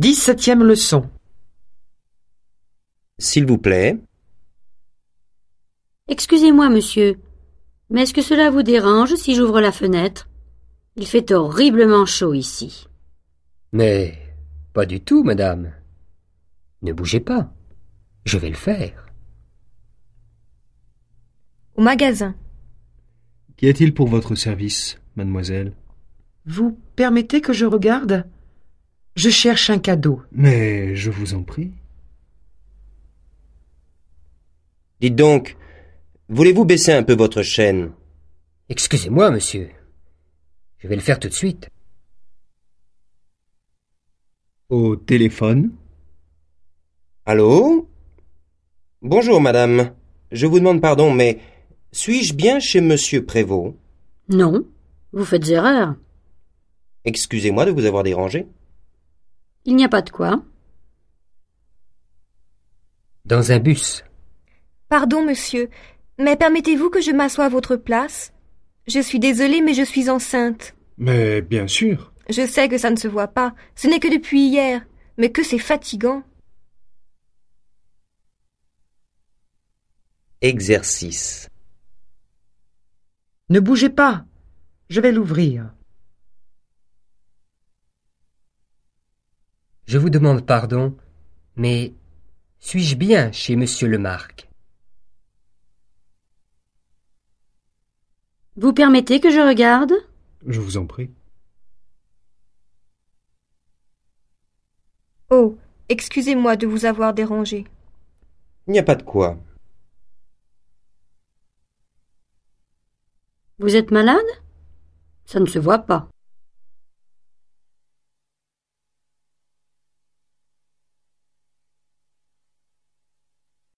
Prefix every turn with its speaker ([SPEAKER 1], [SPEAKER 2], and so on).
[SPEAKER 1] Dix-septième leçon.
[SPEAKER 2] S'il vous plaît,
[SPEAKER 3] Excusez-moi, monsieur, mais est-ce que cela vous dérange si j'ouvre la fenêtre Il fait horriblement chaud ici.
[SPEAKER 4] Mais pas du tout, madame. Ne bougez pas. Je vais le faire.
[SPEAKER 5] Au magasin.
[SPEAKER 6] Qu'y a-t-il pour votre service, mademoiselle
[SPEAKER 1] Vous permettez que je regarde Je cherche un cadeau.
[SPEAKER 6] Mais je vous en prie.
[SPEAKER 2] dites donc, voulez-vous baisser un peu votre chaîne
[SPEAKER 4] Excusez-moi, monsieur. Je vais le faire tout de suite.
[SPEAKER 6] Au téléphone
[SPEAKER 2] Allô Bonjour, madame. Je vous demande pardon, mais suis-je bien chez monsieur Prévost
[SPEAKER 3] Non, vous faites erreur.
[SPEAKER 2] Excusez-moi de vous avoir dérangé.
[SPEAKER 3] Il n'y a pas de quoi.
[SPEAKER 4] Dans un bus.
[SPEAKER 5] Pardon, monsieur, mais permettez-vous que je m'assoie à votre place Je suis désolée, mais je suis enceinte.
[SPEAKER 6] Mais bien sûr.
[SPEAKER 5] Je sais que ça ne se voit pas, ce n'est que depuis hier, mais que c'est fatigant.
[SPEAKER 2] Exercice.
[SPEAKER 1] Ne bougez pas. Je vais l'ouvrir.
[SPEAKER 4] Je vous demande pardon, mais suis-je bien chez monsieur Lemarque
[SPEAKER 3] Vous permettez que je regarde
[SPEAKER 6] Je vous en prie.
[SPEAKER 5] Oh, excusez-moi de vous avoir dérangé.
[SPEAKER 2] Il n'y a pas de quoi.
[SPEAKER 3] Vous êtes malade Ça ne se voit pas.